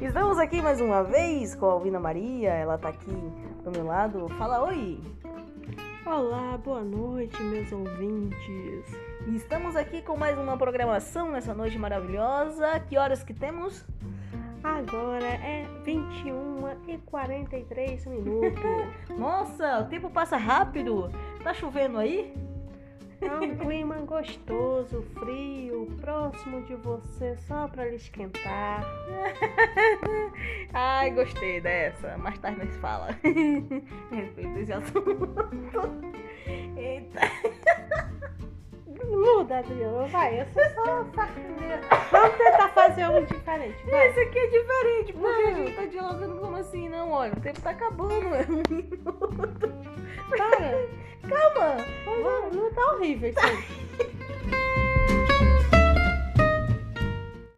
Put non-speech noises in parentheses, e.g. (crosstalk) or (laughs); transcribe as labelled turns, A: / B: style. A: Estamos aqui mais uma vez com a Alvina Maria, ela tá aqui do meu lado. Fala oi!
B: Olá, boa noite, meus ouvintes.
A: E Estamos aqui com mais uma programação nessa noite maravilhosa. Que horas que temos?
B: Agora é 21 e 43 minutos.
A: Nossa, o tempo passa rápido! Tá chovendo aí? (laughs)
B: É um clima gostoso, frio, próximo de você só pra lhe esquentar.
A: Ai, gostei dessa. Mais tarde nós fala. (laughs) Respeito esse assunto. Eita.
B: Muda, Adriana, vai. Eu sou só sacaneira. Vamos tentar fazer um diferente, vai.
A: Isso aqui é diferente, porque a
B: Não.
A: gente tá dialogando como assim? Não, olha, o tempo tá acabando.
B: Para.
A: Calma!
B: Não, não tá horrível isso aí.